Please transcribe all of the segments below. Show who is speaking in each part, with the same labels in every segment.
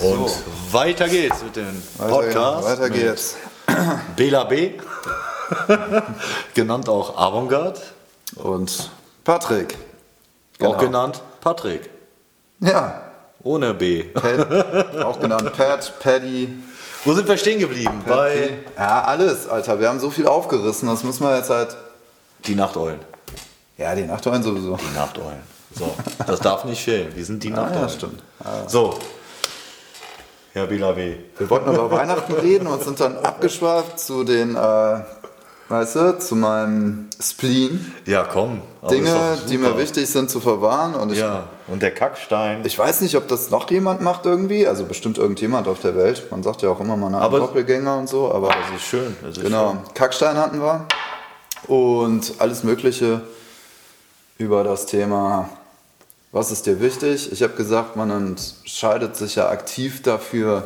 Speaker 1: Und weiter geht's mit dem
Speaker 2: Weiter-
Speaker 1: Podcast.
Speaker 2: Also,
Speaker 1: mit
Speaker 2: weiter geht's.
Speaker 1: Bela B. genannt auch Avantgarde.
Speaker 2: Und Patrick. Genau.
Speaker 1: Auch genannt Patrick.
Speaker 2: Ja,
Speaker 1: Ohne B.
Speaker 2: Pat, auch genannt Pat, Paddy.
Speaker 1: Wo sind wir stehen geblieben? Bei
Speaker 2: Patty. Ja, alles, Alter. Wir haben so viel aufgerissen, das müssen wir jetzt halt.
Speaker 1: die Nachteulen.
Speaker 2: Ja, die Nacht sowieso.
Speaker 1: Die Nachteulen. So, das darf nicht fehlen. Wir sind die
Speaker 2: Ah, ja,
Speaker 1: Nachteulen.
Speaker 2: stimmt. Ah.
Speaker 1: So, Herr Bela B.
Speaker 2: Wir wollten über Weihnachten reden und sind dann abgeschweift zu den, äh, weißt du, zu meinem Spleen.
Speaker 1: Ja, komm. aber Oh, ist doch
Speaker 2: Dinge,
Speaker 1: super.
Speaker 2: die mir wichtig sind zu verwahren. Und ich,
Speaker 1: Ja, und der Kackstein.
Speaker 2: ich weiß nicht, ob das noch jemand macht irgendwie. Also bestimmt irgendjemand auf der Welt. Man sagt ja auch immer mal einen
Speaker 1: Aber-
Speaker 2: Doppelgänger und so, aber.
Speaker 1: Das ist schön. Das ist
Speaker 2: Genau,
Speaker 1: Schön.
Speaker 2: Kackstein hatten wir und alles Mögliche über das Thema, was ist dir wichtig? Ich habe gesagt, man entscheidet sich ja aktiv dafür,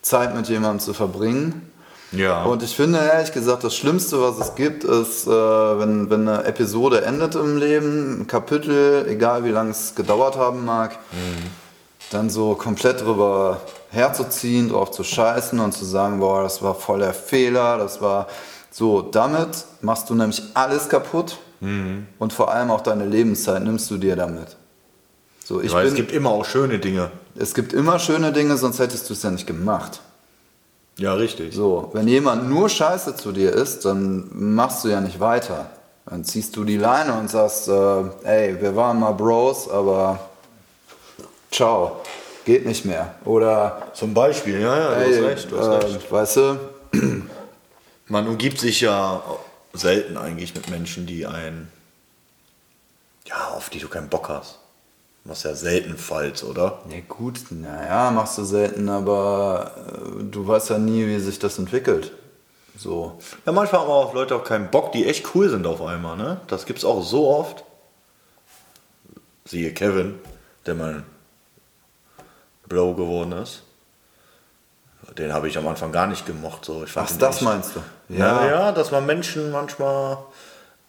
Speaker 2: Zeit mit jemandem zu verbringen.
Speaker 1: Ja.
Speaker 2: Und ich finde ehrlich gesagt, das Schlimmste, was es gibt, ist, äh, wenn, wenn eine Episode endet im Leben, ein Kapitel, egal wie lange es gedauert haben mag,
Speaker 1: Mhm.
Speaker 2: dann so komplett drüber herzuziehen, drauf zu scheißen und zu sagen, boah, das war voll der Fehler, das war so. Damit machst du nämlich alles kaputt
Speaker 1: Mhm.
Speaker 2: und vor allem auch deine Lebenszeit nimmst du dir damit. So, ich
Speaker 1: Weil
Speaker 2: bin,
Speaker 1: es gibt immer auch schöne Dinge.
Speaker 2: es gibt immer schöne Dinge, sonst hättest du es ja nicht gemacht.
Speaker 1: Ja, richtig.
Speaker 2: So, wenn jemand nur scheiße zu dir ist, dann machst du ja nicht weiter. Dann ziehst du die Leine und sagst, äh, ey, wir waren mal Bros, aber ciao, geht nicht mehr. Oder,
Speaker 1: Zum Beispiel, ja, ja, du
Speaker 2: ey,
Speaker 1: hast recht. Du hast
Speaker 2: äh,
Speaker 1: recht.
Speaker 2: weißt du,
Speaker 1: Man umgibt sich ja selten eigentlich mit Menschen, die einen, ja, auf die du keinen Bock hast. Was ja seltenfalls, oder?
Speaker 2: ja gut, naja, machst du selten, aber äh, du weißt ja nie, wie sich das entwickelt. So,
Speaker 1: Ja, manchmal haben auch Leute auch keinen Bock, die echt cool sind auf einmal, ne? Das gibt's auch so oft. Siehe Kevin, der mein Bro geworden ist. Den habe ich am Anfang gar nicht gemocht. So. Ich fand
Speaker 2: Ach,
Speaker 1: ihn
Speaker 2: das
Speaker 1: echt-
Speaker 2: meinst du?
Speaker 1: Ja.
Speaker 2: Ja.
Speaker 1: ja, dass man Menschen manchmal.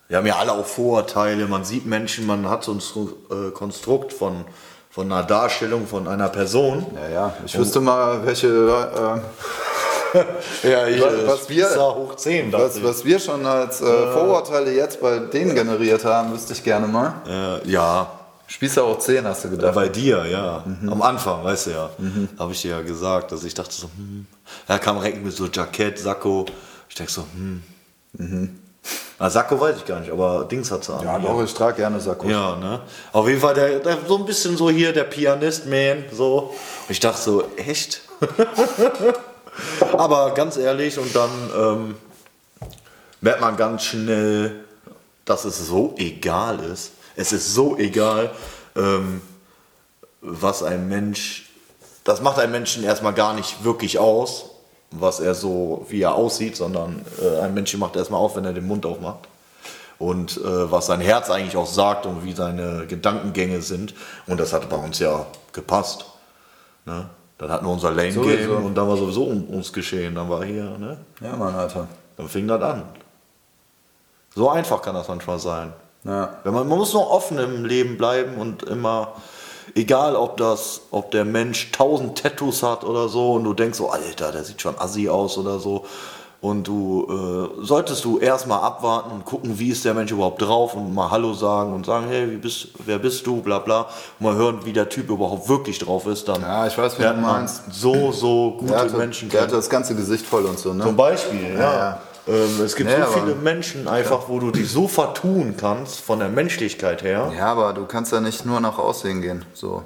Speaker 1: Wir haben ja alle auch Vorurteile. Man sieht Menschen, man hat so ein Stru- äh, Konstrukt von, von einer Darstellung von einer Person.
Speaker 2: naja, ich wüsste mal, welche, äh,
Speaker 1: Ja, ich,
Speaker 2: Was- was wir-
Speaker 1: Pizza hoch 10, dachte
Speaker 2: was,
Speaker 1: ich.
Speaker 2: was wir schon als äh, Vorurteile jetzt bei denen generiert haben, wüsste ich gerne mal.
Speaker 1: Äh, ja,
Speaker 2: Spießer auch 10, hast du gedacht.
Speaker 1: Bei dir, ja.
Speaker 2: Mhm.
Speaker 1: Am Anfang, weißt du ja. Habe ich dir ja gesagt, dass ich dachte so, hm. Er kam direkt mit so Jackett, Sakko. Ich denke so, hm. Na, Sakko weiß ich gar nicht, aber Dings hat sie an.
Speaker 2: Mhm. ja, doch, ich trage gerne Sakko.
Speaker 1: Ja, ne? Auf jeden Fall, der, der, so ein bisschen so hier, der Pianist-Man, so. Und ich dachte so, echt? Aber ganz ehrlich, und dann ähm, merkt man ganz schnell, dass es so egal ist. Es ist so egal, ähm, was ein Mensch, das macht einen Menschen erstmal gar nicht wirklich aus, was er so, wie er aussieht, sondern äh, ein Mensch macht erstmal auf, wenn er den Mund aufmacht. Und äh, was sein Herz eigentlich auch sagt und wie seine Gedankengänge sind. Und das hat bei uns ja gepasst. Ne? Dann hatten wir unser Lane-Game
Speaker 2: Sowieso.
Speaker 1: und dann war sowieso um uns geschehen. Dann war hier, ne?
Speaker 2: Ja, Mann, Alter.
Speaker 1: Dann fing das an. So einfach kann das manchmal sein.
Speaker 2: Ja.
Speaker 1: Wenn man, man muss nur offen im Leben bleiben und immer, egal ob das, ob der Mensch tausend Tattoos hat oder so und du denkst so, Alter, der sieht schon assi aus oder so. Und du äh, solltest du erstmal abwarten und gucken, wie ist der Mensch überhaupt drauf und mal Hallo sagen und sagen, hey, wie bist, wer bist du, bla bla. Und mal hören, wie der Typ überhaupt wirklich drauf ist. Dann
Speaker 2: Ja, ich weiß, wie
Speaker 1: lernt
Speaker 2: du
Speaker 1: man
Speaker 2: meinst.
Speaker 1: so, so gute
Speaker 2: Der hatte,
Speaker 1: Menschen
Speaker 2: der hatte das ganze Gesicht voll und so, ne?
Speaker 1: zum Beispiel, ja.
Speaker 2: Ja,
Speaker 1: Ähm, es gibt
Speaker 2: Ja,
Speaker 1: so viele
Speaker 2: aber-
Speaker 1: Menschen einfach, wo du dich so vertun kannst, von der Menschlichkeit her.
Speaker 2: ja, aber du kannst ja nicht nur nach Aussehen gehen. So.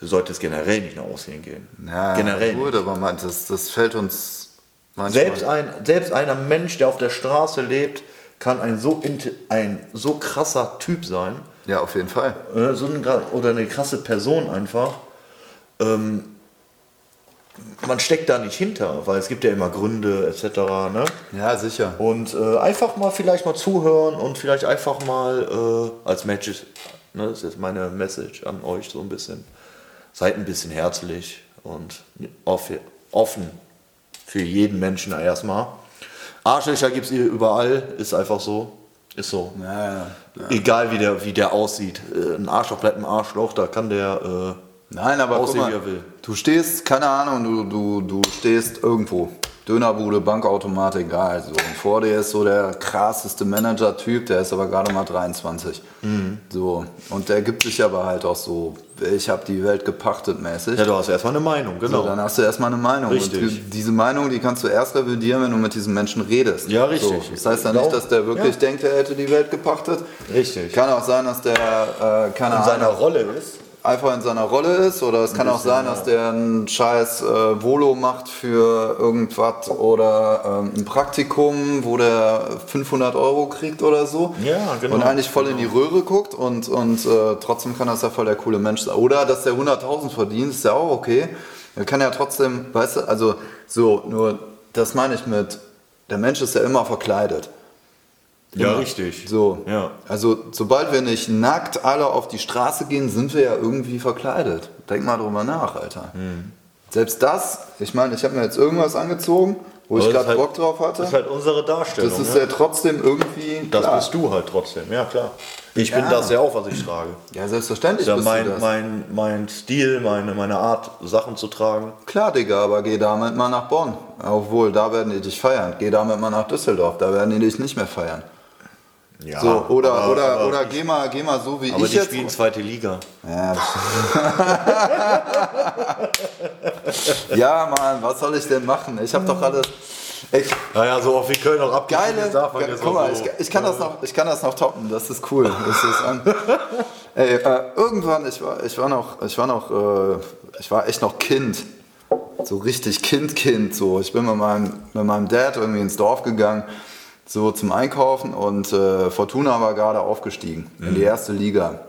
Speaker 1: Du solltest generell nicht nach Aussehen gehen.
Speaker 2: Ja,
Speaker 1: generell.
Speaker 2: Gut,
Speaker 1: nicht.
Speaker 2: aber man, das, das fällt uns manchmal.
Speaker 1: Selbst ein, selbst einer Mensch, der auf der Straße lebt, kann ein so, inte- ein so krasser Typ sein.
Speaker 2: Ja, auf jeden Fall.
Speaker 1: äh, So ein, gra- oder eine krasse Person einfach. Ähm, man steckt da nicht hinter, weil es gibt ja immer Gründe etc. Ne?
Speaker 2: Ja, sicher.
Speaker 1: Und äh, einfach mal vielleicht mal zuhören und vielleicht einfach mal äh, als Matches, ne, das ist jetzt meine Message an euch so ein bisschen, seid ein bisschen herzlich und off offen für jeden Menschen erstmal. Arschlöcher gibt es überall, ist einfach so. Ist so.
Speaker 2: Ja, ja.
Speaker 1: Egal wie der, wie der aussieht. Äh, Ein Arschloch bleibt ein Arschloch, da kann der
Speaker 2: Nein, aber guck
Speaker 1: Aussehen,
Speaker 2: mal,
Speaker 1: wie er will.
Speaker 2: du stehst, keine Ahnung, du, du, du stehst irgendwo. Dönerbude, Bankautomat, egal. So. Und vor dir ist so der krasseste Manager-Typ, der ist aber gerade mal 23.
Speaker 1: Mhm.
Speaker 2: So. Und der gibt sich aber halt auch so, ich habe die Welt gepachtet mäßig.
Speaker 1: Ja, du hast erstmal eine Meinung, genau.
Speaker 2: So, dann hast du erstmal eine Meinung.
Speaker 1: Richtig.
Speaker 2: Und die- diese Meinung, die kannst du erst revidieren, wenn du mit diesem Menschen redest.
Speaker 1: Ja, richtig.
Speaker 2: So, das heißt ja nicht, dass der wirklich
Speaker 1: Ja.
Speaker 2: denkt, er hätte die Welt gepachtet.
Speaker 1: Richtig.
Speaker 2: Kann auch sein, dass der, äh, keine
Speaker 1: in
Speaker 2: Ahnung,
Speaker 1: seiner Rolle ist.
Speaker 2: einfach in seiner Rolle ist oder es kann auch sein, dass der einen scheiß äh, Volo macht für irgendwas oder ähm, ein Praktikum, wo der 500 Euro kriegt oder so
Speaker 1: Ja, genau.
Speaker 2: und eigentlich voll in die Röhre guckt und, und äh, trotzdem kann das ja voll der coole Mensch sein. Oder dass der 100.000 verdient, ist ja auch okay. Er kann ja trotzdem, weißt du, also so, nur das meine ich mit, der Mensch ist ja immer verkleidet.
Speaker 1: Ja, richtig.
Speaker 2: So.
Speaker 1: Ja.
Speaker 2: Also, sobald wir nicht nackt alle auf die Straße gehen, sind wir ja irgendwie verkleidet. Denk mal drüber nach, Alter.
Speaker 1: Hm.
Speaker 2: Selbst das, ich meine, ich habe mir jetzt irgendwas angezogen, wo ich
Speaker 1: Aber das
Speaker 2: gerade
Speaker 1: ist halt-
Speaker 2: Bock drauf hatte.
Speaker 1: Das ist halt unsere Darstellung.
Speaker 2: das ist
Speaker 1: ne?
Speaker 2: ja trotzdem irgendwie.
Speaker 1: das
Speaker 2: klar.
Speaker 1: bist du halt trotzdem, ja klar. Ich
Speaker 2: Ja.
Speaker 1: bin das ja auch, was ich trage.
Speaker 2: Ja, selbstverständlich
Speaker 1: Ja,
Speaker 2: bist du
Speaker 1: mein,
Speaker 2: das.
Speaker 1: mein, mein Stil, meine, meine Art, Sachen zu tragen.
Speaker 2: Klar, Digga, aber geh damit mal nach Bonn. Obwohl, da werden die dich feiern. Geh damit mal nach Düsseldorf, da werden die dich nicht mehr feiern.
Speaker 1: Ja,
Speaker 2: So, oder,
Speaker 1: aber-
Speaker 2: oder,
Speaker 1: aber,
Speaker 2: oder geh mal, geh mal so wie
Speaker 1: Aber
Speaker 2: ich
Speaker 1: die
Speaker 2: jetzt.
Speaker 1: spielen zweite Liga.
Speaker 2: Ja. ja, Mann, was soll ich denn machen? Ich habe doch alles. Ich,
Speaker 1: Naja, so oft wie Köln auch abgeschnitten
Speaker 2: geile.
Speaker 1: ist, darf man jetzt
Speaker 2: guck
Speaker 1: mal
Speaker 2: mal,
Speaker 1: so.
Speaker 2: ich, ich, kann das noch, ich kann das noch toppen. Das ist cool. Das ist an, ey, äh, irgendwann, ich war, ich war noch, ich war noch, äh, ich war echt noch Kind. So richtig Kind, Kind. So, ich bin mit meinem, mit meinem Dad irgendwie ins Dorf gegangen. So zum Einkaufen und äh, Fortuna war gerade aufgestiegen in die
Speaker 1: Mhm.
Speaker 2: erste Liga.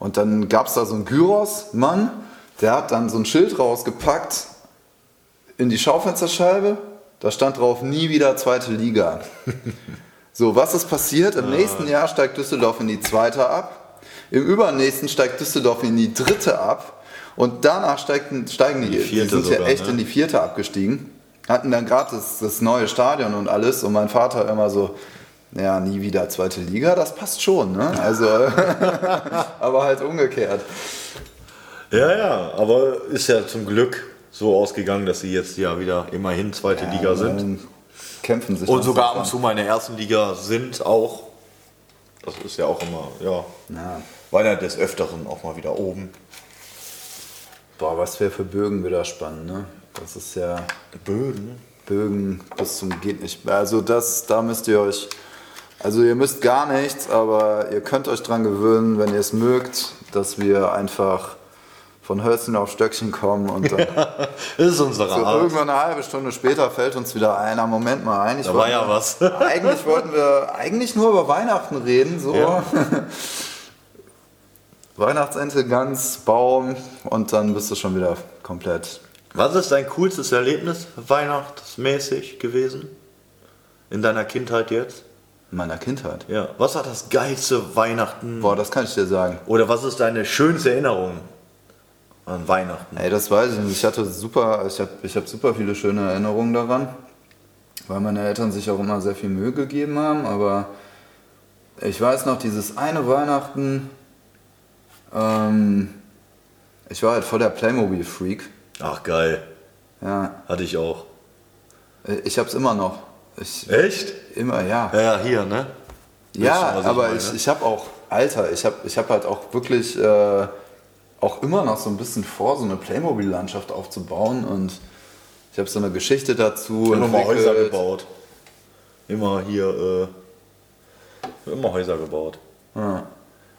Speaker 2: Und dann gab es da so einen Gyros-Mann, der hat dann so ein Schild rausgepackt, in die Schaufensterscheibe. Da stand drauf, nie wieder zweite Liga. so, was ist passiert?
Speaker 1: Ah.
Speaker 2: Im nächsten Jahr steigt Düsseldorf in die zweite ab. Im übernächsten steigt Düsseldorf in die dritte ab. Und danach steigten, steigen die, die,
Speaker 1: vierte
Speaker 2: sind ja
Speaker 1: sogar,
Speaker 2: echt
Speaker 1: ne?
Speaker 2: in die vierte abgestiegen. Hatten dann gerade das, das neue Stadion und alles. Und mein Vater immer so, ja, nie wieder zweite Liga, das passt schon, ne? Also, aber halt umgekehrt.
Speaker 1: Ja, ja, aber ist ja zum Glück so ausgegangen, dass sie jetzt ja wieder immerhin zweite Liga sind.
Speaker 2: Dann Ähm, Kämpfen sich
Speaker 1: Und
Speaker 2: das
Speaker 1: sogar ab
Speaker 2: zusammen.
Speaker 1: und zu mal in der ersten Liga sind auch. Das ist ja auch immer, ja.
Speaker 2: Ja.
Speaker 1: War ja des Öfteren auch mal wieder oben.
Speaker 2: Boah, was wir für Bögen wieder spannen, ne? Das ist ja
Speaker 1: Böden.
Speaker 2: Bögen bis zum geht nicht mehr. Also das, da müsst ihr euch, also ihr müsst gar nichts, aber ihr könnt euch dran gewöhnen, wenn ihr es mögt, dass wir einfach von Hölzchen auf Stöckchen kommen und dann
Speaker 1: Das ist unsere
Speaker 2: so
Speaker 1: Art.
Speaker 2: irgendwann eine halbe Stunde später fällt uns wieder ein, ah, Moment mal, eigentlich
Speaker 1: Da war
Speaker 2: wollten
Speaker 1: ja
Speaker 2: wir-
Speaker 1: was.
Speaker 2: Eigentlich wollten wir eigentlich nur über Weihnachten reden, so.
Speaker 1: Ja.
Speaker 2: Weihnachtsente, Gans, Baum und dann bist du schon wieder komplett
Speaker 1: Was ist dein coolstes Erlebnis weihnachtsmäßig gewesen? In deiner Kindheit jetzt?
Speaker 2: in meiner Kindheit.
Speaker 1: Ja. Was war das geilste Weihnachten?
Speaker 2: Boah, das kann ich dir sagen.
Speaker 1: Oder was ist deine schönste Erinnerung an Weihnachten?
Speaker 2: Ey, das weiß ich nicht. Ich hatte super, ich habe ich hab super viele schöne Erinnerungen daran, weil meine Eltern sich auch immer sehr viel Mühe gegeben haben, aber ich weiß noch, dieses eine Weihnachten, ähm, ich war halt voll der Playmobil-Freak.
Speaker 1: Ach geil,
Speaker 2: Ja,
Speaker 1: hatte ich auch.
Speaker 2: ich hab's immer noch. Ich,
Speaker 1: Echt?
Speaker 2: immer, ja.
Speaker 1: Ja, ja hier, ne?
Speaker 2: Ja,
Speaker 1: schon, was ich
Speaker 2: aber
Speaker 1: meine.
Speaker 2: ich, ich habe auch, Alter, ich habe ich hab halt auch wirklich äh, auch immer noch so ein bisschen vor, so eine Playmobil-Landschaft aufzubauen und ich habe so eine Geschichte dazu.
Speaker 1: Immer mal
Speaker 2: entwickelt.
Speaker 1: Häuser gebaut. Immer hier, äh, immer Häuser gebaut.
Speaker 2: Ja.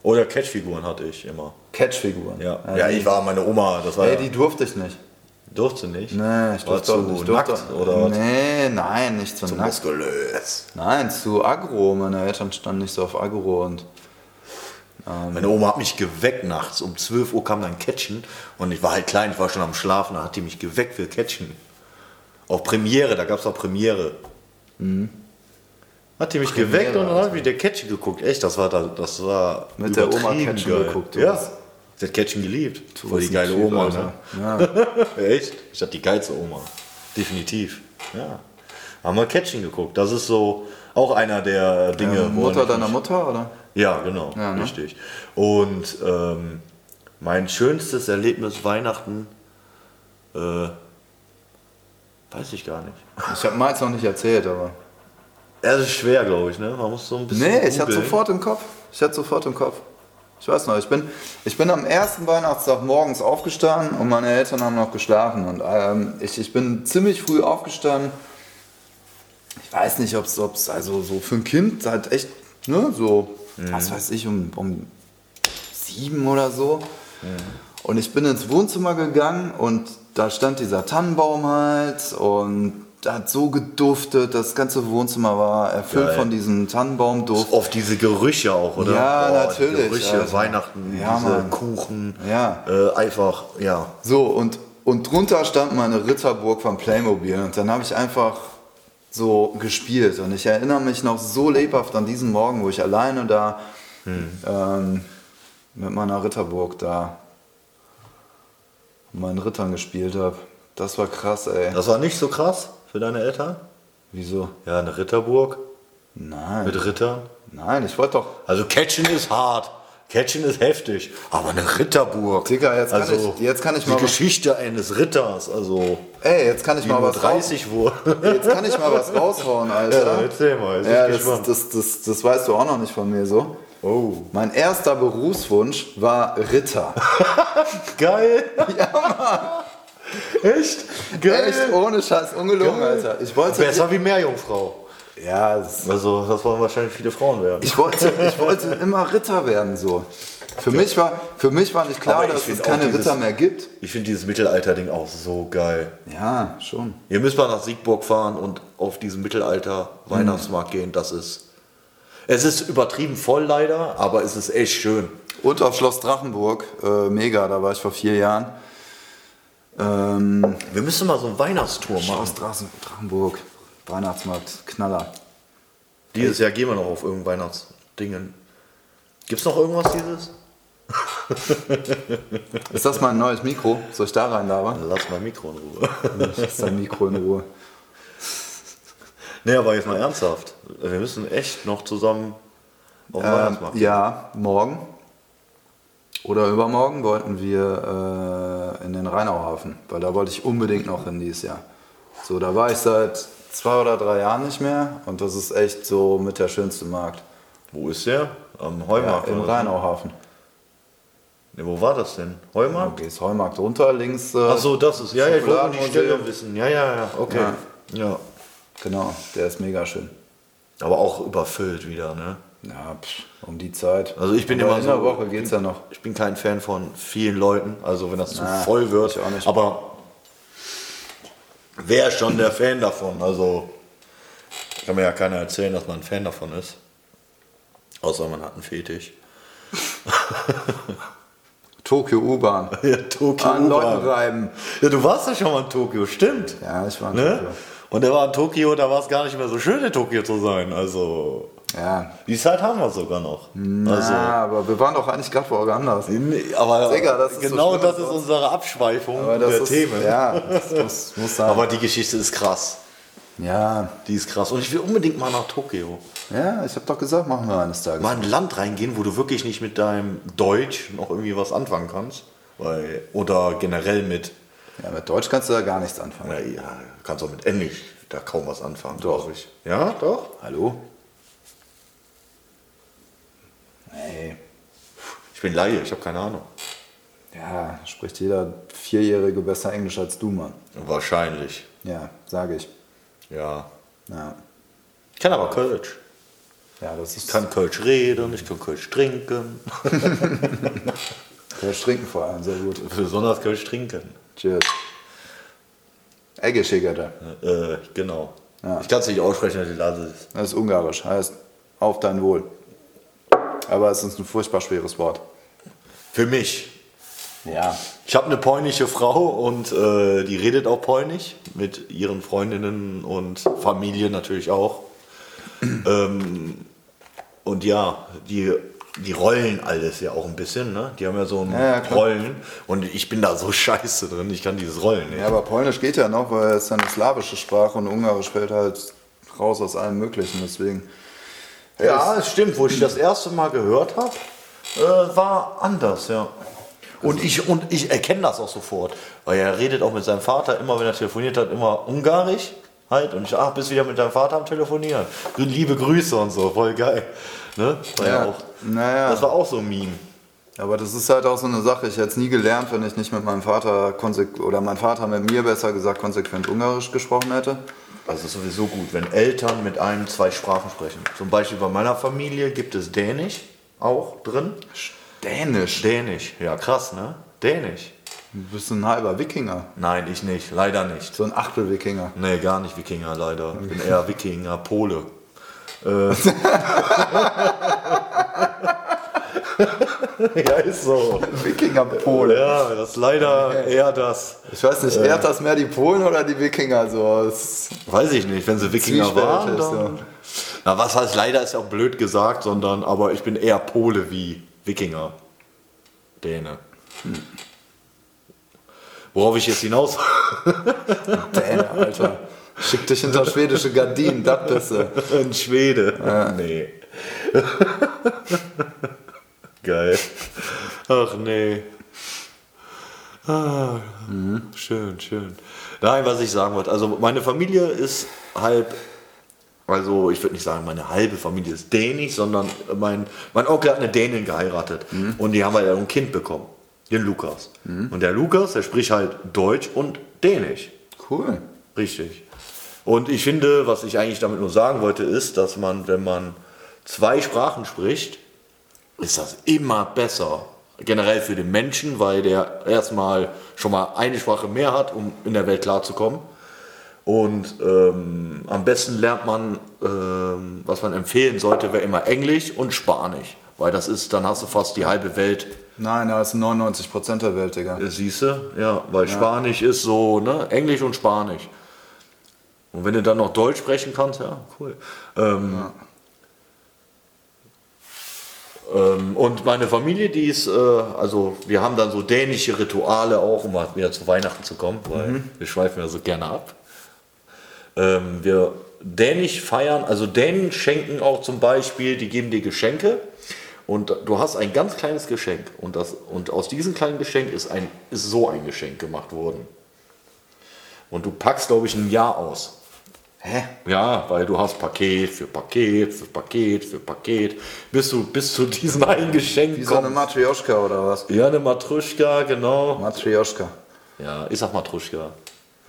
Speaker 1: Oder Catchfiguren hatte ich immer.
Speaker 2: Catch-Figuren.
Speaker 1: Ja,
Speaker 2: Also,
Speaker 1: ja ich war meine Oma, das war
Speaker 2: Ey,
Speaker 1: ja,
Speaker 2: die durfte ich nicht.
Speaker 1: durfte nicht.
Speaker 2: Nee, ich
Speaker 1: war
Speaker 2: durfte
Speaker 1: zu
Speaker 2: auch nicht.
Speaker 1: nackt
Speaker 2: durfte,
Speaker 1: oder was?
Speaker 2: Nee, nein, nicht zu nackt.
Speaker 1: muskulös.
Speaker 2: Nein, zu aggro. Meine Eltern standen nicht so auf aggro und
Speaker 1: Meine Oma hat mich geweckt nachts. Um 12 Uhr kam dann Catchen und ich war halt klein, ich war schon am Schlafen, da hat die mich geweckt für Catchen. Auch Premiere, da gab es auch Premiere.
Speaker 2: Mhm.
Speaker 1: Hat die mich geweckt und dann habe ich wieder Catchen geguckt. Echt, das war da, das war
Speaker 2: ne? Mit der Oma
Speaker 1: übertrieben
Speaker 2: Catchen geguckt, du
Speaker 1: Ja.
Speaker 2: bist-
Speaker 1: Sie hat Catchen geliebt. Voll die
Speaker 2: bist ein
Speaker 1: geile
Speaker 2: Typ,
Speaker 1: Oma,
Speaker 2: Alter.
Speaker 1: ne? Echt? Ich hatte die geilste Oma. Definitiv. Ja. Haben wir Catchen geguckt. Das ist so auch einer der Dinge,
Speaker 2: Ähm, Mutter
Speaker 1: ich mich-
Speaker 2: deiner Mutter, oder?
Speaker 1: ja, genau,
Speaker 2: Ja, ne?
Speaker 1: richtig. Und ähm, Mein schönstes Erlebnis Weihnachten, äh, weiß ich gar nicht.
Speaker 2: Ich habe meins noch nicht erzählt, aber.
Speaker 1: Er ist schwer, glaube ich, ne? Man muss so ein bisschen.
Speaker 2: Nee, ich hatte
Speaker 1: googeln.
Speaker 2: sofort im Kopf. Ich hatte sofort im Kopf. Ich weiß noch, ich bin, ich bin am ersten Weihnachtstag morgens aufgestanden und meine Eltern haben noch geschlafen. Und ähm, ich, ich bin ziemlich früh aufgestanden. Ich weiß nicht, ob es, also so für ein Kind halt echt, ne, so, was weiß ich, um, um sieben oder so. Und ich bin ins Wohnzimmer gegangen und da stand dieser Tannenbaum halt und hat so geduftet, das ganze Wohnzimmer war erfüllt
Speaker 1: Geil.
Speaker 2: von diesem Tannenbaumduft.
Speaker 1: Oft diese Gerüche auch, oder?
Speaker 2: Ja,
Speaker 1: Boah,
Speaker 2: natürlich,
Speaker 1: Die Gerüche,
Speaker 2: Alter.
Speaker 1: Weihnachten,
Speaker 2: Ja,
Speaker 1: diese
Speaker 2: Mann.
Speaker 1: Kuchen.
Speaker 2: Ja.
Speaker 1: Äh, einfach, ja.
Speaker 2: So, und, und drunter stand meine Ritterburg von Playmobil. Und dann habe ich einfach so gespielt. Und ich erinnere mich noch so lebhaft an diesen Morgen, wo ich alleine da
Speaker 1: Hm.
Speaker 2: ähm, mit meiner Ritterburg da mit meinen Rittern gespielt habe. Das war krass, ey.
Speaker 1: Das war nicht so krass für deine Eltern?
Speaker 2: Wieso?
Speaker 1: Ja, eine Ritterburg
Speaker 2: Nein.
Speaker 1: mit Rittern.
Speaker 2: Nein, ich wollte doch.
Speaker 1: Also Catchen ist hart. Catchen ist heftig. Aber eine Ritterburg. Also
Speaker 2: Digga, jetzt kann ich- jetzt kann ich
Speaker 1: die
Speaker 2: mal was-
Speaker 1: Geschichte eines Ritters, also
Speaker 2: Ey, jetzt kann ich
Speaker 1: die
Speaker 2: mal
Speaker 1: nur
Speaker 2: was raus-
Speaker 1: 30 wurde.
Speaker 2: Jetzt kann ich mal was raushauen, Alter.
Speaker 1: Ja, erzähl mal, jetzt bin
Speaker 2: Ja,
Speaker 1: ich
Speaker 2: das,
Speaker 1: gespannt.
Speaker 2: das, das, das weißt du auch noch nicht von mir so.
Speaker 1: Oh.
Speaker 2: Mein erster Berufswunsch war Ritter.
Speaker 1: Geil. Ja, Mann. Echt? Geil.
Speaker 2: Echt ohne Scheiß, ungelogen, Alter. Ich wollte,
Speaker 1: Besser wie Meerjungfrau.
Speaker 2: ja, das-
Speaker 1: Also, das wollen wahrscheinlich viele Frauen werden.
Speaker 2: ich wollte, ich wollte immer Ritter werden so. Für mich war, für mich war nicht klar,
Speaker 1: Aber ich
Speaker 2: dass es
Speaker 1: find
Speaker 2: keine
Speaker 1: auch dieses-
Speaker 2: Ritter mehr gibt.
Speaker 1: Ich finde dieses Mittelalter-Ding auch so geil.
Speaker 2: Ja, schon.
Speaker 1: Ihr müsst mal nach Siegburg fahren und auf diesen
Speaker 2: Hm.
Speaker 1: Mittelalter-Weihnachtsmarkt gehen. Das ist. Es ist übertrieben voll leider, aber es ist echt schön.
Speaker 2: Und auf Schloss Drachenburg, äh, mega, da war ich vor vier Jahren. Ähm,
Speaker 1: Wir müssen mal so einen Weihnachtstour machen.
Speaker 2: Schloss Drachen- Drachenburg, Weihnachtsmarkt, Knaller.
Speaker 1: Dieses Jahr gehen wir noch auf irgendein Weihnachtsdingen. Gibt's noch irgendwas dieses?
Speaker 2: Ist das mein neues Mikro? Soll ich da rein labern?
Speaker 1: Lass mal Mikro in Ruhe.
Speaker 2: Ist dein Mikro in Ruhe.
Speaker 1: nee, aber jetzt mal ernsthaft. Wir müssen echt noch zusammen auf den
Speaker 2: Ähm,
Speaker 1: Weihnachtsmarkt.
Speaker 2: ja, morgen oder übermorgen wollten wir äh, in den Rheinauhafen, weil da wollte ich unbedingt noch hin dieses Jahr. So, da war ich seit zwei oder drei Jahren nicht mehr und das ist echt so mit der schönste Markt.
Speaker 1: Wo ist der? Am
Speaker 2: Ja,
Speaker 1: Heumarkt.
Speaker 2: Im
Speaker 1: oder?
Speaker 2: Rheinauhafen.
Speaker 1: Nee, wo war das denn?
Speaker 2: Du
Speaker 1: Heumarkt?
Speaker 2: gehst Heumarkt runter, links. Äh,
Speaker 1: Ach so, das ist. Ja, ja, ich wollte nur die
Speaker 2: Schokoladenmuseum.
Speaker 1: Stelle wissen. Ja, ja, ja. Okay. ja.
Speaker 2: Genau, der ist mega schön.
Speaker 1: Aber auch überfüllt wieder, ne?
Speaker 2: Ja, pff, um die Zeit.
Speaker 1: Also ich bin
Speaker 2: Aber
Speaker 1: immer
Speaker 2: in
Speaker 1: so-
Speaker 2: der Woche geht's ja noch.
Speaker 1: Ich bin kein Fan von vielen Leuten, also wenn das zu
Speaker 2: Na,
Speaker 1: voll wird.
Speaker 2: ich auch nicht.
Speaker 1: Aber wer ist schon der Fan davon? Also kann mir ja keiner erzählen, dass man ein Fan davon ist. Außer man hat einen Fetisch.
Speaker 2: Tokio U-Bahn.
Speaker 1: Ja, Tokio.
Speaker 2: An Leuten
Speaker 1: U-Bahn.
Speaker 2: reiben.
Speaker 1: Ja, du warst ja schon mal in Tokio, stimmt.
Speaker 2: Ja, ich war in
Speaker 1: ne?
Speaker 2: Tokio.
Speaker 1: Und er war in Tokio, da war es gar nicht mehr so schön, in Tokio zu sein. Also
Speaker 2: Ja.
Speaker 1: die Zeit haben wir sogar noch. also,
Speaker 2: ja, aber wir waren doch eigentlich gerade woanders.
Speaker 1: Nee, aber
Speaker 2: Digga, das ist so
Speaker 1: genau
Speaker 2: schlimm,
Speaker 1: das
Speaker 2: das
Speaker 1: ist
Speaker 2: war-
Speaker 1: unsere Abschweifung
Speaker 2: Aber das
Speaker 1: der
Speaker 2: ist,
Speaker 1: Themen.
Speaker 2: Ja, das muss, muss sein.
Speaker 1: Aber die Geschichte ist krass.
Speaker 2: ja,
Speaker 1: Die ist krass. Und ich will unbedingt mal nach Tokio.
Speaker 2: ja, ich habe doch gesagt, machen wir eines Tages.
Speaker 1: Mal in ein Land reingehen, wo du wirklich nicht mit deinem Deutsch noch irgendwie was anfangen kannst. Weil, oder generell mit,
Speaker 2: Ja, mit Deutsch kannst du da gar nichts anfangen.
Speaker 1: na ja, kannst auch mit Englisch da kaum was anfangen, glaube ich. Ja, doch.
Speaker 2: Hallo? Nee.
Speaker 1: Ich bin Laie, ich habe keine Ahnung.
Speaker 2: Ja, spricht jeder Vierjährige besser Englisch als du, Mann.
Speaker 1: Wahrscheinlich.
Speaker 2: Ja, sage ich.
Speaker 1: Ja.
Speaker 2: Ja.
Speaker 1: Ich kann aber Kölsch.
Speaker 2: ja, das ist
Speaker 1: Ich kann Kölsch reden, ich kann Kölsch trinken.
Speaker 2: Kölsch trinken vor allem, sehr gut.
Speaker 1: Besonders Kölsch trinken.
Speaker 2: Cheers. Egge Schigerte.
Speaker 1: Äh, genau.
Speaker 2: Ja.
Speaker 1: Ich kann es nicht aussprechen, weil die Lase ist.
Speaker 2: Das ist ungarisch, heißt auf dein Wohl. Aber es ist ein furchtbar schweres Wort.
Speaker 1: Für mich.
Speaker 2: Ja.
Speaker 1: Ich habe eine polnische Frau und äh, die redet auch polnisch mit ihren Freundinnen und Familie natürlich auch. ähm, und ja, die, die rollen alles ja auch ein bisschen, ne? Die haben ja so ein
Speaker 2: Ja, ja, klar.
Speaker 1: Rollen und ich bin da so scheiße drin, ich kann dieses Rollen nicht.
Speaker 2: Ja, aber Polnisch geht ja noch, weil es ja eine slawische Sprache und Ungarisch fällt halt raus aus allem Möglichen, deswegen.
Speaker 1: Ja, es stimmt. Wo ich das erste Mal gehört habe, äh, war anders, ja.
Speaker 2: Also
Speaker 1: Und ich, und ich erkenne das auch sofort. Weil er redet auch mit seinem Vater immer, wenn er telefoniert hat, immer ungarisch. Halt. Und ich, ach, bist wieder mit deinem Vater am Telefonieren. Liebe Grüße und so, voll geil. Ne? War ja.
Speaker 2: Ja.
Speaker 1: auch,
Speaker 2: Naja.
Speaker 1: Das war auch so ein Meme.
Speaker 2: Aber das ist halt auch so eine Sache. Ich hätte es nie gelernt, wenn ich nicht mit meinem Vater konsequ oder mein Vater mit mir besser gesagt konsequent Ungarisch gesprochen hätte.
Speaker 1: Also ist sowieso gut, wenn Eltern mit einem zwei Sprachen sprechen. Zum Beispiel bei meiner Familie gibt es Dänisch auch drin.
Speaker 2: Dänisch.
Speaker 1: Dänisch, ja krass, ne? Dänisch.
Speaker 2: Du bist ein halber Wikinger.
Speaker 1: Nein, ich nicht, leider nicht.
Speaker 2: So ein Achtel-Wikinger.
Speaker 1: Nee, gar nicht Wikinger leider. Ich bin eher Wikinger, Pole. Äh. ja, ist so.
Speaker 2: Wikinger-Pole.
Speaker 1: Ja, das ist leider eher das.
Speaker 2: Ich weiß nicht, ehrt das mehr die Polen oder die Wikinger? So, es
Speaker 1: Weiß ich nicht, wenn sie Wikinger
Speaker 2: Zwiespältig
Speaker 1: waren.
Speaker 2: ist,
Speaker 1: Dann.
Speaker 2: ja.
Speaker 1: Na, was heißt leider ist ja auch blöd gesagt, sondern aber ich bin eher Pole wie Wikinger. Däne. Hm. Worauf ich jetzt hinaus.
Speaker 2: Däne, Alter. Schick dich hinter schwedische Gardinen, das bist du.
Speaker 1: Ein Schwede. Nee. Geil. Ach nee. Ah, Schön, schön. Nein, was ich sagen wollte. Also meine Familie ist halb, also ich würde nicht sagen, meine halbe Familie ist dänisch, sondern mein, mein Onkel hat eine Dänin geheiratet. Und die haben halt ein Kind bekommen. Den Lukas. Und der Lukas, der spricht halt Deutsch und Dänisch.
Speaker 2: Cool.
Speaker 1: Richtig. Und ich finde, was ich eigentlich damit nur sagen wollte, ist, dass man, wenn man zwei Sprachen spricht, ist das immer besser. Generell für den Menschen, weil der erstmal schon mal eine Sprache mehr hat, um in der Welt klarzukommen. Und ähm, am besten lernt man, ähm, was man empfehlen sollte, wäre immer Englisch und Spanisch. Weil das ist, dann hast du fast die halbe Welt
Speaker 2: Nein, da ist 99% der Welt, Digga.
Speaker 1: Äh, Siehste, ja, weil Spanisch ist so, ne? Englisch und Spanisch. Und wenn du dann noch Deutsch sprechen kannst, ja, cool. Ähm, ähm, und meine Familie, die ist, äh, also wir haben dann so dänische Rituale auch, um mal wieder zu Weihnachten zu kommen, weil wir schweifen ja so gerne ab. Ähm, wir dänisch feiern, also Dänen schenken auch zum Beispiel, die geben dir Geschenke und du hast ein ganz kleines Geschenk und, das, und aus diesem kleinen Geschenk ist, ein, ist so ein Geschenk gemacht worden. Und du packst, glaube ich, ein Jahr aus.
Speaker 2: Hä?
Speaker 1: Ja, weil du hast Paket für Paket für Paket für Paket, bis du bis zu diesem einen Geschenk
Speaker 2: Wie so eine
Speaker 1: kommst.
Speaker 2: Matrioschka oder was?
Speaker 1: ja, eine Matruschka, genau.
Speaker 2: Matrioschka.
Speaker 1: Ja, ich sag Matruschka.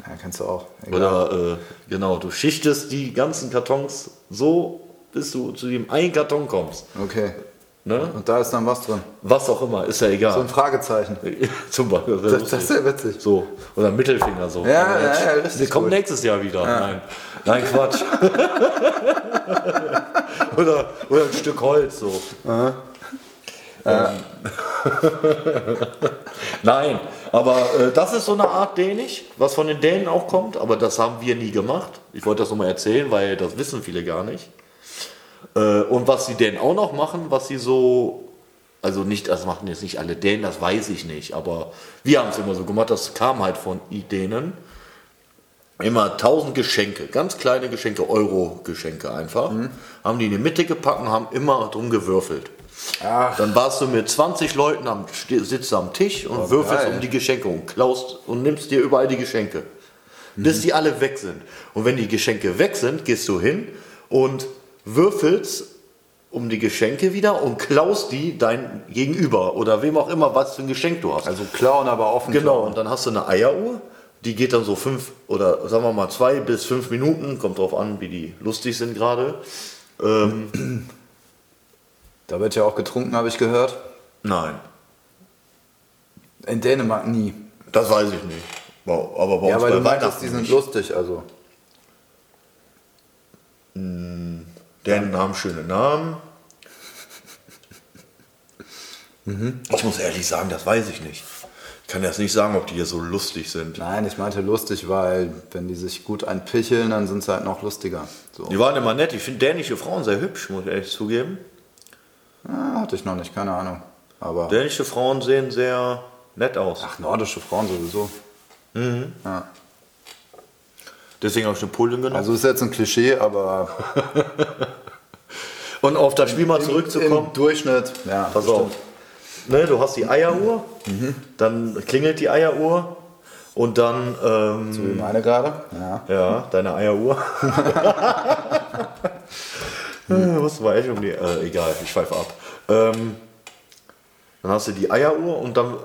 Speaker 2: Ja, kennst du auch. Egal.
Speaker 1: Oder äh, genau, du schichtest die ganzen Kartons so, bis du zu dem einen Karton kommst.
Speaker 2: Okay.
Speaker 1: Ne?
Speaker 2: Und da ist dann was drin.
Speaker 1: Was auch immer, ist ja
Speaker 2: So ein
Speaker 1: egal.
Speaker 2: Fragezeichen.
Speaker 1: Zum Beispiel.
Speaker 2: Das, das ist ja witzig.
Speaker 1: so, oder Mittelfinger so.
Speaker 2: Ja, ja, ja, richtig
Speaker 1: Wir kommen
Speaker 2: gut.
Speaker 1: nächstes Jahr wieder. Nein. Nein, Quatsch. oder, oder ein Stück Holz so. Ähm. Nein, aber äh, das ist so eine Art Dänisch, was von den Dänen auch kommt, aber das haben wir nie gemacht. Ich wollte das nochmal erzählen, weil das wissen viele gar nicht. Äh, und was die Dänen auch noch machen, was sie so, also nicht, das machen jetzt nicht alle Dänen, das weiß ich nicht, aber wir haben es immer so gemacht, das kam halt von i- Dänen. Immer 1000 Geschenke, ganz kleine Geschenke, Euro-Geschenke einfach,
Speaker 2: Mhm.
Speaker 1: haben die in die Mitte gepackt und haben immer drum gewürfelt.
Speaker 2: Ach,
Speaker 1: Dann warst du mit 20 Leuten am ste- sitzt am Tisch und würfelst
Speaker 2: Oh, geil.
Speaker 1: um die Geschenke und klaust und nimmst dir überall die Geschenke, bis die alle weg sind. Und wenn die Geschenke weg sind, gehst du hin und würfelst um die Geschenke wieder und klaust die dein Gegenüber oder wem auch immer, was für ein Geschenk du hast.
Speaker 2: also klauen, aber offen
Speaker 1: Genau,
Speaker 2: klauen.
Speaker 1: und dann hast du eine Eieruhr, die geht dann so fünf oder sagen wir mal zwei bis fünf Minuten, kommt drauf an, wie die lustig sind gerade. Ähm,
Speaker 2: Da wird ja auch getrunken, habe ich gehört.
Speaker 1: nein,
Speaker 2: In Dänemark nie.
Speaker 1: Das weiß ich nicht. Wow, Aber bei
Speaker 2: Ja,
Speaker 1: uns
Speaker 2: weil
Speaker 1: bei
Speaker 2: du meintest,
Speaker 1: Weihnachten
Speaker 2: die sind
Speaker 1: nicht.
Speaker 2: lustig, also.
Speaker 1: Dänen haben schöne Namen. Mhm. Ich muss ehrlich sagen, das weiß ich nicht. Ich kann jetzt nicht sagen, ob die hier so lustig sind.
Speaker 2: Nein, ich meinte lustig, weil wenn die sich gut einpicheln, dann sind sie halt noch lustiger. So.
Speaker 1: Die waren immer nett. Ich finde dänische Frauen sehr hübsch, muss ich ehrlich zugeben.
Speaker 2: Ah, hatte ich noch nicht, keine Ahnung. Aber
Speaker 1: Dänische Frauen sehen sehr nett aus.
Speaker 2: ach, nordische Frauen sowieso.
Speaker 1: Mhm.
Speaker 2: Ja.
Speaker 1: Deswegen habe ich eine Pullen genommen.
Speaker 2: Also ist jetzt ein Klischee, aber
Speaker 1: Und auf das Spiel mal
Speaker 2: im
Speaker 1: zurückzukommen.
Speaker 2: Durchschnitt, ja,
Speaker 1: Pass auf. ne, du hast die Eieruhr, dann klingelt die Eieruhr und dann, ähm,
Speaker 2: Wie Mhm. meine gerade. Ja.
Speaker 1: ja, deine Eieruhr. Äh, Was war echt um die, äh, egal, ich schweife ab. Ähm, dann hast du die Eieruhr und dann,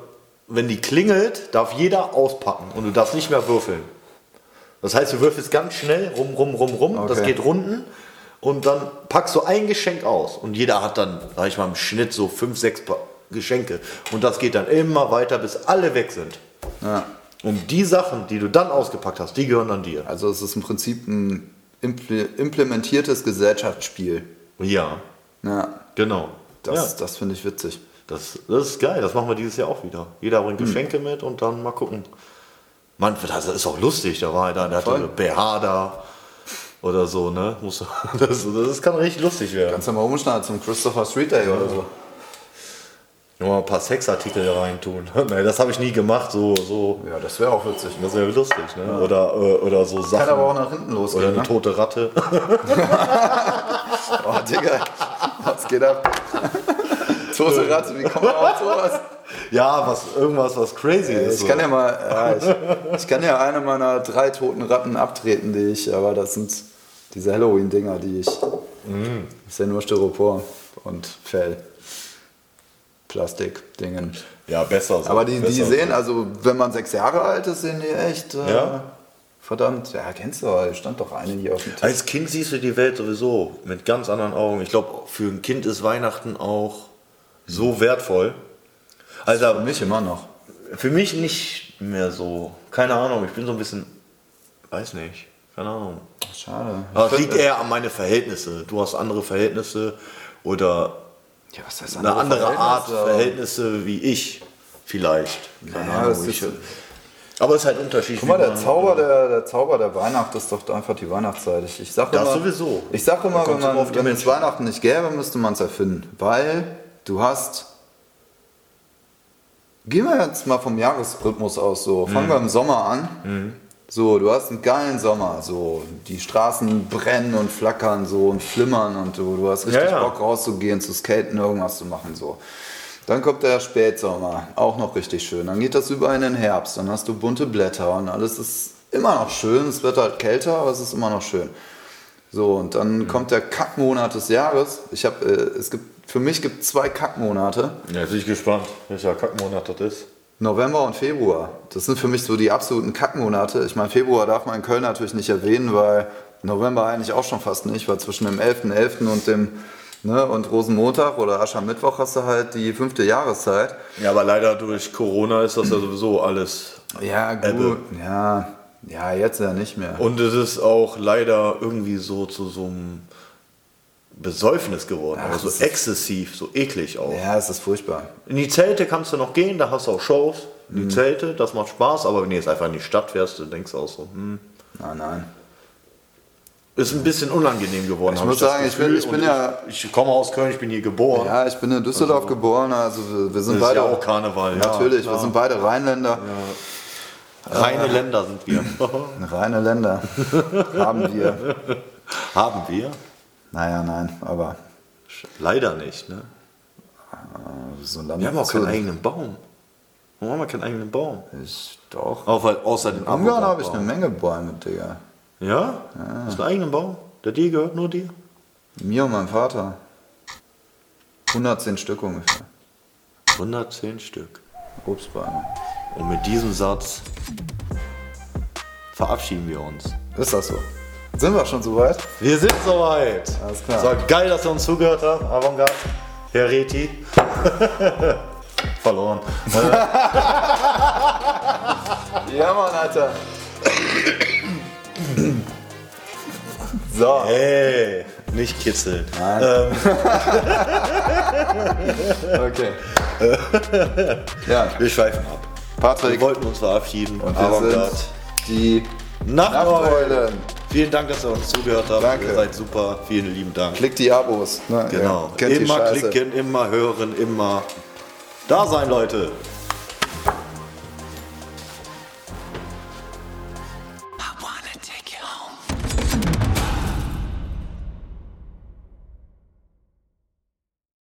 Speaker 1: wenn die klingelt, darf jeder auspacken und du darfst nicht mehr würfeln. Das heißt, du würfelst ganz schnell rum, rum, rum, rum, das
Speaker 2: Okay.
Speaker 1: geht runden und dann packst du ein Geschenk aus und jeder hat dann, sag ich mal, im Schnitt so fünf, sechs Pa- Geschenke und das geht dann immer weiter, bis alle weg sind.
Speaker 2: Ja.
Speaker 1: Und die Sachen, die du dann ausgepackt hast, die gehören dann dir.
Speaker 2: Also es ist im Prinzip ein impl- implementiertes Gesellschaftsspiel.
Speaker 1: Ja,
Speaker 2: Ja.
Speaker 1: genau.
Speaker 2: Das,
Speaker 1: ja.
Speaker 2: das finde ich witzig.
Speaker 1: Das, das ist geil, das machen wir dieses Jahr auch wieder. Jeder
Speaker 2: Hm.
Speaker 1: bringt Geschenke mit und dann mal gucken. Mann, das ist auch lustig, da war einer, der hatte
Speaker 2: Voll.
Speaker 1: eine BH da oder so, ne? Muss- Das, das kann richtig lustig werden.
Speaker 2: Kannst du mal umschneiden zum Christopher Street Day oder so.
Speaker 1: Nur mal ein paar Sexartikel da reintun. Nein, das habe ich nie gemacht, so, so.
Speaker 2: Ja, das wäre auch witzig.
Speaker 1: Das wäre lustig, ne? Oder, äh, oder so Sachen.
Speaker 2: Kann aber auch nach hinten
Speaker 1: oder
Speaker 2: losgehen.
Speaker 1: eine
Speaker 2: Ne?
Speaker 1: tote Ratte.
Speaker 2: Oh, Digga, was geht ab? Tote Ratte, wie kommt man auf sowas?
Speaker 1: ja, was, irgendwas, was crazy ist.
Speaker 2: Äh, Ich kann ja mal, ja, ich, ich kann ja eine meiner drei toten Ratten abtreten, die ich, aber das sind diese Halloween-Dinger, die ich.
Speaker 1: Mm.
Speaker 2: Das ist ja nur Styropor und Fell. Plastik-Dingen.
Speaker 1: ja, besser so.
Speaker 2: Aber die, die
Speaker 1: besser so.
Speaker 2: sehen, also wenn man sechs Jahre alt ist, sehen die echt. Äh,
Speaker 1: Ja.
Speaker 2: Verdammt, ja, kennst du, da stand doch eine hier auf dem Tisch.
Speaker 1: Als Kind siehst du die Welt sowieso mit ganz anderen Augen. Ich glaube, für ein Kind ist Weihnachten auch so wertvoll.
Speaker 2: Für
Speaker 1: Also
Speaker 2: mich immer noch.
Speaker 1: für mich nicht mehr so. Keine Ahnung, ich bin so ein bisschen. Weiß nicht. Keine Ahnung.
Speaker 2: Schade.
Speaker 1: Aber es liegt eher an meine Verhältnisse. Du hast andere Verhältnisse oder
Speaker 2: ja, was heißt
Speaker 1: eine andere Art
Speaker 2: Verhältnisse?
Speaker 1: Verhältnisse wie ich. Vielleicht. Keine
Speaker 2: Ja,
Speaker 1: Ahnung.
Speaker 2: das
Speaker 1: Ich,
Speaker 2: ist,
Speaker 1: aber es ist halt unterschiedlich.
Speaker 2: Guck mal,
Speaker 1: wie
Speaker 2: der
Speaker 1: man-
Speaker 2: Zauber der, der Zauber der Weihnacht ist doch einfach die Weihnachtszeit. Ich, ich sag
Speaker 1: Das
Speaker 2: immer,
Speaker 1: sowieso.
Speaker 2: Ich sag
Speaker 1: Da
Speaker 2: immer, wenn,
Speaker 1: kommt's immer auf
Speaker 2: man,
Speaker 1: die
Speaker 2: wenn es
Speaker 1: Menschen.
Speaker 2: Weihnachten nicht gäbe, müsste man es erfinden. Weil du hast. Gehen wir jetzt mal vom Jahresrhythmus aus so. Fangen
Speaker 1: Mhm.
Speaker 2: wir im Sommer an. So, du hast einen geilen Sommer. So, die Straßen brennen und flackern so und flimmern und du, du hast richtig
Speaker 1: Ja, ja.
Speaker 2: Bock rauszugehen, zu skaten, irgendwas zu machen so. Dann kommt der Spätsommer, auch noch richtig schön. Dann geht das über in den Herbst, dann hast du bunte Blätter und alles ist immer noch schön. Es wird halt kälter, aber es ist immer noch schön. So, und
Speaker 1: Mhm.
Speaker 2: dann kommt der Kackmonat des Jahres. Ich habe, äh, es gibt, für mich gibt zwei Kackmonate.
Speaker 1: Ja, jetzt bin ich gespannt, welcher Kackmonat das ist.
Speaker 2: November und Februar. Das sind für mich so die absoluten Kackmonate. Ich meine, Februar darf man in Köln natürlich nicht erwähnen, weil November eigentlich auch schon fast nicht, weil zwischen dem 11.11. und dem ne, und Rosenmontag oder Aschermittwoch hast du halt die fünfte Jahreszeit.
Speaker 1: Ja, aber leider durch Corona ist das ja sowieso alles.
Speaker 2: Ja, gut.
Speaker 1: Ebbe. Oh.
Speaker 2: Ja, ja, jetzt ja nicht mehr.
Speaker 1: Und es ist auch leider irgendwie so zu so einem Besäufnis geworden.
Speaker 2: Ach,
Speaker 1: also
Speaker 2: das
Speaker 1: so
Speaker 2: ist-
Speaker 1: exzessiv, so eklig auch.
Speaker 2: Ja, es ist furchtbar.
Speaker 1: In die Zelte kannst du noch gehen, da hast du auch Shows. Die
Speaker 2: Mhm.
Speaker 1: Zelte, das macht Spaß, aber wenn du jetzt einfach in die Stadt fährst, dann denkst du auch so, hm.
Speaker 2: Nein, nein.
Speaker 1: Ist ein bisschen unangenehm geworden.
Speaker 2: Ich
Speaker 1: hab
Speaker 2: muss
Speaker 1: das
Speaker 2: sagen, ich bin-
Speaker 1: Gefühl.
Speaker 2: ich bin
Speaker 1: Und
Speaker 2: ja-
Speaker 1: Ich, ich komme aus Köln, ich bin hier geboren.
Speaker 2: Ja, ich bin in Düsseldorf geboren, also wir, wir sind
Speaker 1: Oh. Das ist
Speaker 2: beide.
Speaker 1: ja auch Karneval, ja.
Speaker 2: Natürlich, wir
Speaker 1: klar.
Speaker 2: sind beide Rheinländer.
Speaker 1: Reine Länder sind wir.
Speaker 2: Reine Länder haben wir.
Speaker 1: Haben wir?
Speaker 2: Naja, nein, aber äh,
Speaker 1: Leider nicht, ne?
Speaker 2: so ein Land.
Speaker 1: Wir haben auch keinen
Speaker 2: so-
Speaker 1: eigenen Baum. Warum haben wir keinen eigenen Baum?
Speaker 2: Ich doch.
Speaker 1: Auch weil außer den
Speaker 2: In Ungarn habe ich eine
Speaker 1: Abogabbaum.
Speaker 2: Menge Bäume, Digga.
Speaker 1: Ja? Hast du einen eigenen Baum? Der dir gehört nur dir?
Speaker 2: Mir und meinem Vater. 110 Stück ungefähr.
Speaker 1: 110 Stück.
Speaker 2: Obstbäume.
Speaker 1: Und mit diesem Satz verabschieden wir uns.
Speaker 2: Ist das so? Sind wir schon soweit?
Speaker 1: Wir sind soweit.
Speaker 2: Alles klar.
Speaker 1: Es war geil, dass ihr uns zugehört habt. Avantgarde, Herr Reti. Verloren.
Speaker 2: Ja, Mann, Alter. so.
Speaker 1: Hey, nicht kitzeln.
Speaker 2: Nein. Okay. ja,
Speaker 1: Wir schweifen ab. Wir
Speaker 2: Patrick und
Speaker 1: wollten uns verabschieden. Und
Speaker 2: wir sind die
Speaker 1: Nachtrollen.
Speaker 2: Nachtrollen.
Speaker 1: Vielen Dank, dass ihr uns zugehört habt.
Speaker 2: Danke.
Speaker 1: Ihr seid super. Vielen lieben Dank.
Speaker 2: Klickt die Abos. Ne?
Speaker 1: Genau.
Speaker 2: Ihr kennt die
Speaker 1: immer
Speaker 2: Scheiße.
Speaker 1: klicken, immer hören, immer da sein, Leute.